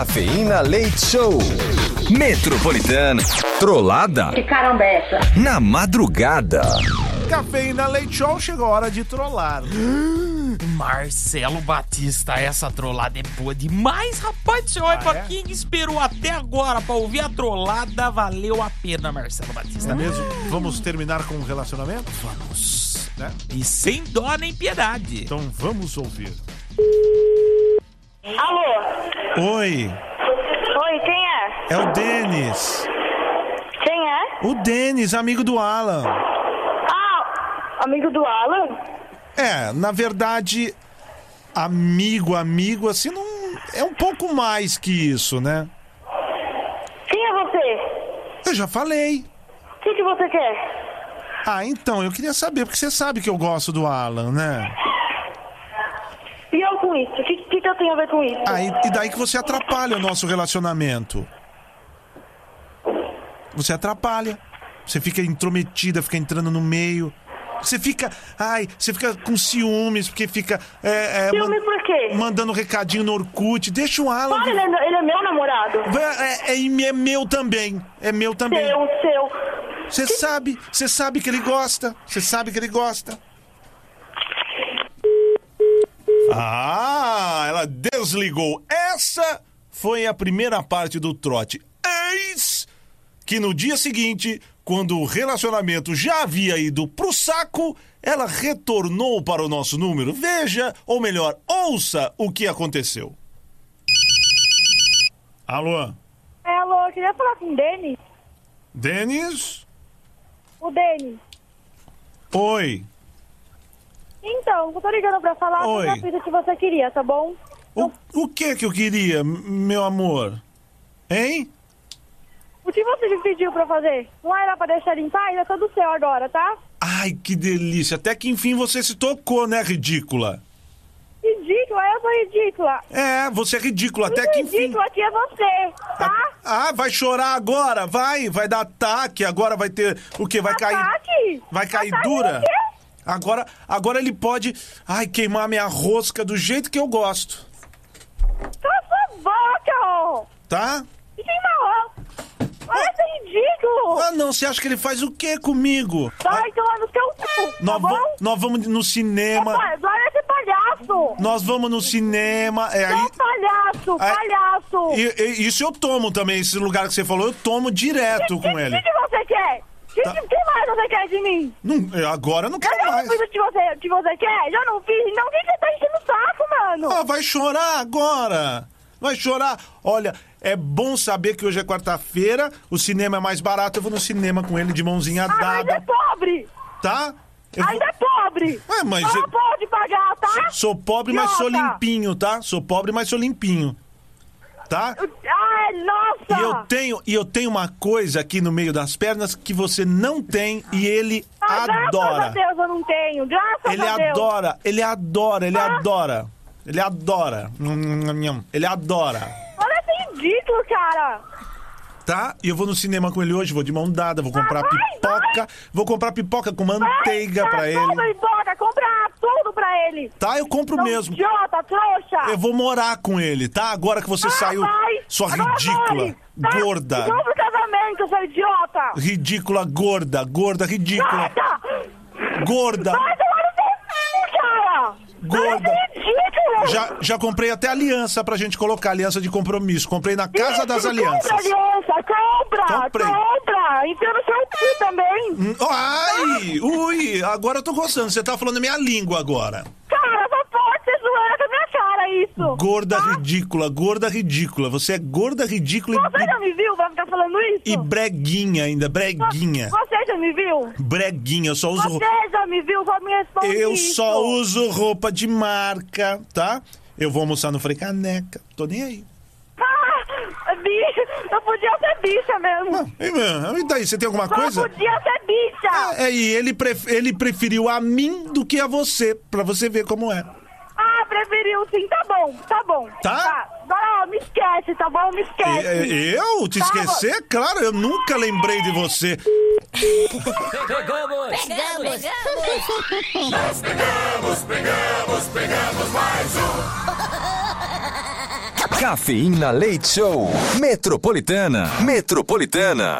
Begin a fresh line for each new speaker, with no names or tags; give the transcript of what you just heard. Cafeína Leite Show. Metropolitana. Trollada
Que caramba é essa?
na madrugada.
Cafeína Leite Show, chegou a hora de trollar. é
Marcelo Batista, essa trollada é boa demais, rapaz. Olha, pra
é?
quem esperou até agora pra ouvir a trollada, valeu a pena, Marcelo Batista.
É mesmo? Vamos terminar com um relacionamento?
Vamos.
Né?
E sem dó nem piedade.
Então vamos ouvir.
Alô?
Oi,
Oi, quem é?
é o Denis.
Quem é?
O Denis, amigo do Alan.
Ah, amigo do Alan?
É, na verdade, amigo, amigo, assim, não. É um pouco mais que isso, né?
Quem é você?
Eu já falei.
O que, que você quer?
Ah, então, eu queria saber, porque você sabe que eu gosto do Alan, né?
E eu com isso? O que, que, que eu tenho a ver com isso?
Ah, e, e daí que você atrapalha o nosso relacionamento. Você atrapalha. Você fica intrometida, fica entrando no meio. Você fica. Ai, você fica com ciúmes, porque fica. É, é,
Ciúmes
man-
por quê?
Mandando recadinho no Orkut. Deixa o Alan.
Claro, ele, é, meu- ele é meu namorado.
É, é- é- é meu também. É meu também.
Seu, seu.
Você sabe, você sabe que ele gosta. Você sabe que ele gosta. Ah, ela desligou. Essa foi a primeira parte do trote. Eis que no dia seguinte, quando o relacionamento já havia ido pro saco, ela retornou para o nosso número. Veja, ou melhor, ouça o que aconteceu. Alô?
É, alô, eu queria falar com o Denis.
Denis?
O Denis.
Oi.
Então, eu tô ligando pra falar
Oi.
sobre a pizza que você queria, tá bom?
O, o que que eu queria, m- meu amor? Hein?
O que você me pediu pra fazer? Não era pra deixar ele em paz? É todo seu agora, tá?
Ai, que delícia. Até que enfim você se tocou, né, ridícula?
Ridícula, eu sou ridícula.
É, você é ridícula. Até
O
que enfim.
ridículo aqui é você, tá?
Ah, vai chorar agora, vai. Vai dar ataque, agora vai ter... O quê? Vai cair...
Ataque?
Vai cair
Ataque
dura?
do quê?
Agora, agora ele pode... Ai, queimar minha rosca do jeito que eu gosto,
Cala sua boca, ó.
tá?
Fica em mal, Olha, você é ridículo.
Ah, não, você acha que ele faz o quê comigo? Ah,
Vai tomar no seu cu, tá
Nós, va-
bom? Tá
nós vamos no cinema,
Vai, vai esse palhaço.
nós vamos no cinema... É, aí,
Seu palhaço,
Ai,
palhaço.
E- e- isso eu tomo também, esse lugar que você falou, eu tomo
O
direto
que,
com ele.
que, que você quer? O que,
Tá.
que- que mais você quer de mim?
Não, eu agora eu não
Eu
quero
já não
mais.
fiz o que você, o que você quer? Já não fiz? Então o que que você tá enchendo o saco, mano?
Ah, vai chorar agora. Vai chorar. Olha, é bom saber que hoje é quarta-feira, o cinema é mais barato, eu vou no cinema com ele de mãozinha
Ah, mas é
dada,
pobre!
tá? Eu vou-
Ainda é pobre!
Ué, mas
Só
eu-
não pode pagar, tá?
Sou pobre, mas sou
Idiota.
limpinho, tá? Sou pobre, mas sou limpinho. Tá?
Ai,
E
nossa!
eu tenho, e eu tenho uma coisa aqui no meio das pernas que você não tem e ele
Ah, Graças a
adora.
Deus eu não tenho, graças
Ele
a Deus.
adora, ele adora, ele
Tá Ah.
adora. Ele adora. Nham, nham, nham. Ele adora.
Olha esse ridículo, cara.
Tá? E eu vou no cinema com ele hoje, vou de mão dada, vou comprar
Ah, vai,
pipoca. Vou comprar pipoca com
Vai,
manteiga
tá
pra
tudo
ele.
em boca, compra tudo pra ele.
Tá? Eu compro
Seu
mesmo.
Idiota, trouxa.
Eu vou morar com ele, tá? Agora que você
Ah,
saiu,
vai.
sua
Agora
ridícula,
morre, tá?
gorda.
Vamos pro casamento, seu idiota.
Ridícula, gorda, gorda, ridícula,
Idiota.
gorda.
Vai tomar no seu cu, cara!
Gorda.
Vai ser ridículo!
Já, já comprei até aliança pra gente colocar, aliança de compromisso. Comprei na Casa das
Compra
Alianças.
aliança, compra!
Comprei.
Compra! Enfia no seu cu também!
Ai, ui, agora eu tô gostando. Você tá falando minha língua agora.
Cara, só pode ser zoeira com a minha cara isso!
Gorda
Tá?
ridícula, gorda ridícula. Você é gorda ridícula e-
Você já me viu? Vai ficar falando isso?
e, breguinha ainda, breguinha.
Você já me viu?
Breguinha, eu só uso roupa.
Você já me viu? Só me responde
Eu
isso.
só uso roupa de marca, tá? Eu vou almoçar no Frecaneca, tô nem aí.
Ah, bicho, eu podia ser bicha mesmo!
Ah, e, ah, e daí, você tem alguma
só
coisa?
podia ser bicha!
É, e ele, pref- ele preferiu a mim do que a você, pra você ver como é.
Ah, preferiu sim, tá bom, tá bom.
Tá?
Agora ó, me esquece, tá bom? Me esquece.
E- é, Eu? Te
Tá,
esquecer? Claro, eu nunca lembrei de você.
Cafeína Leite Show. Metropolitana. Metropolitana.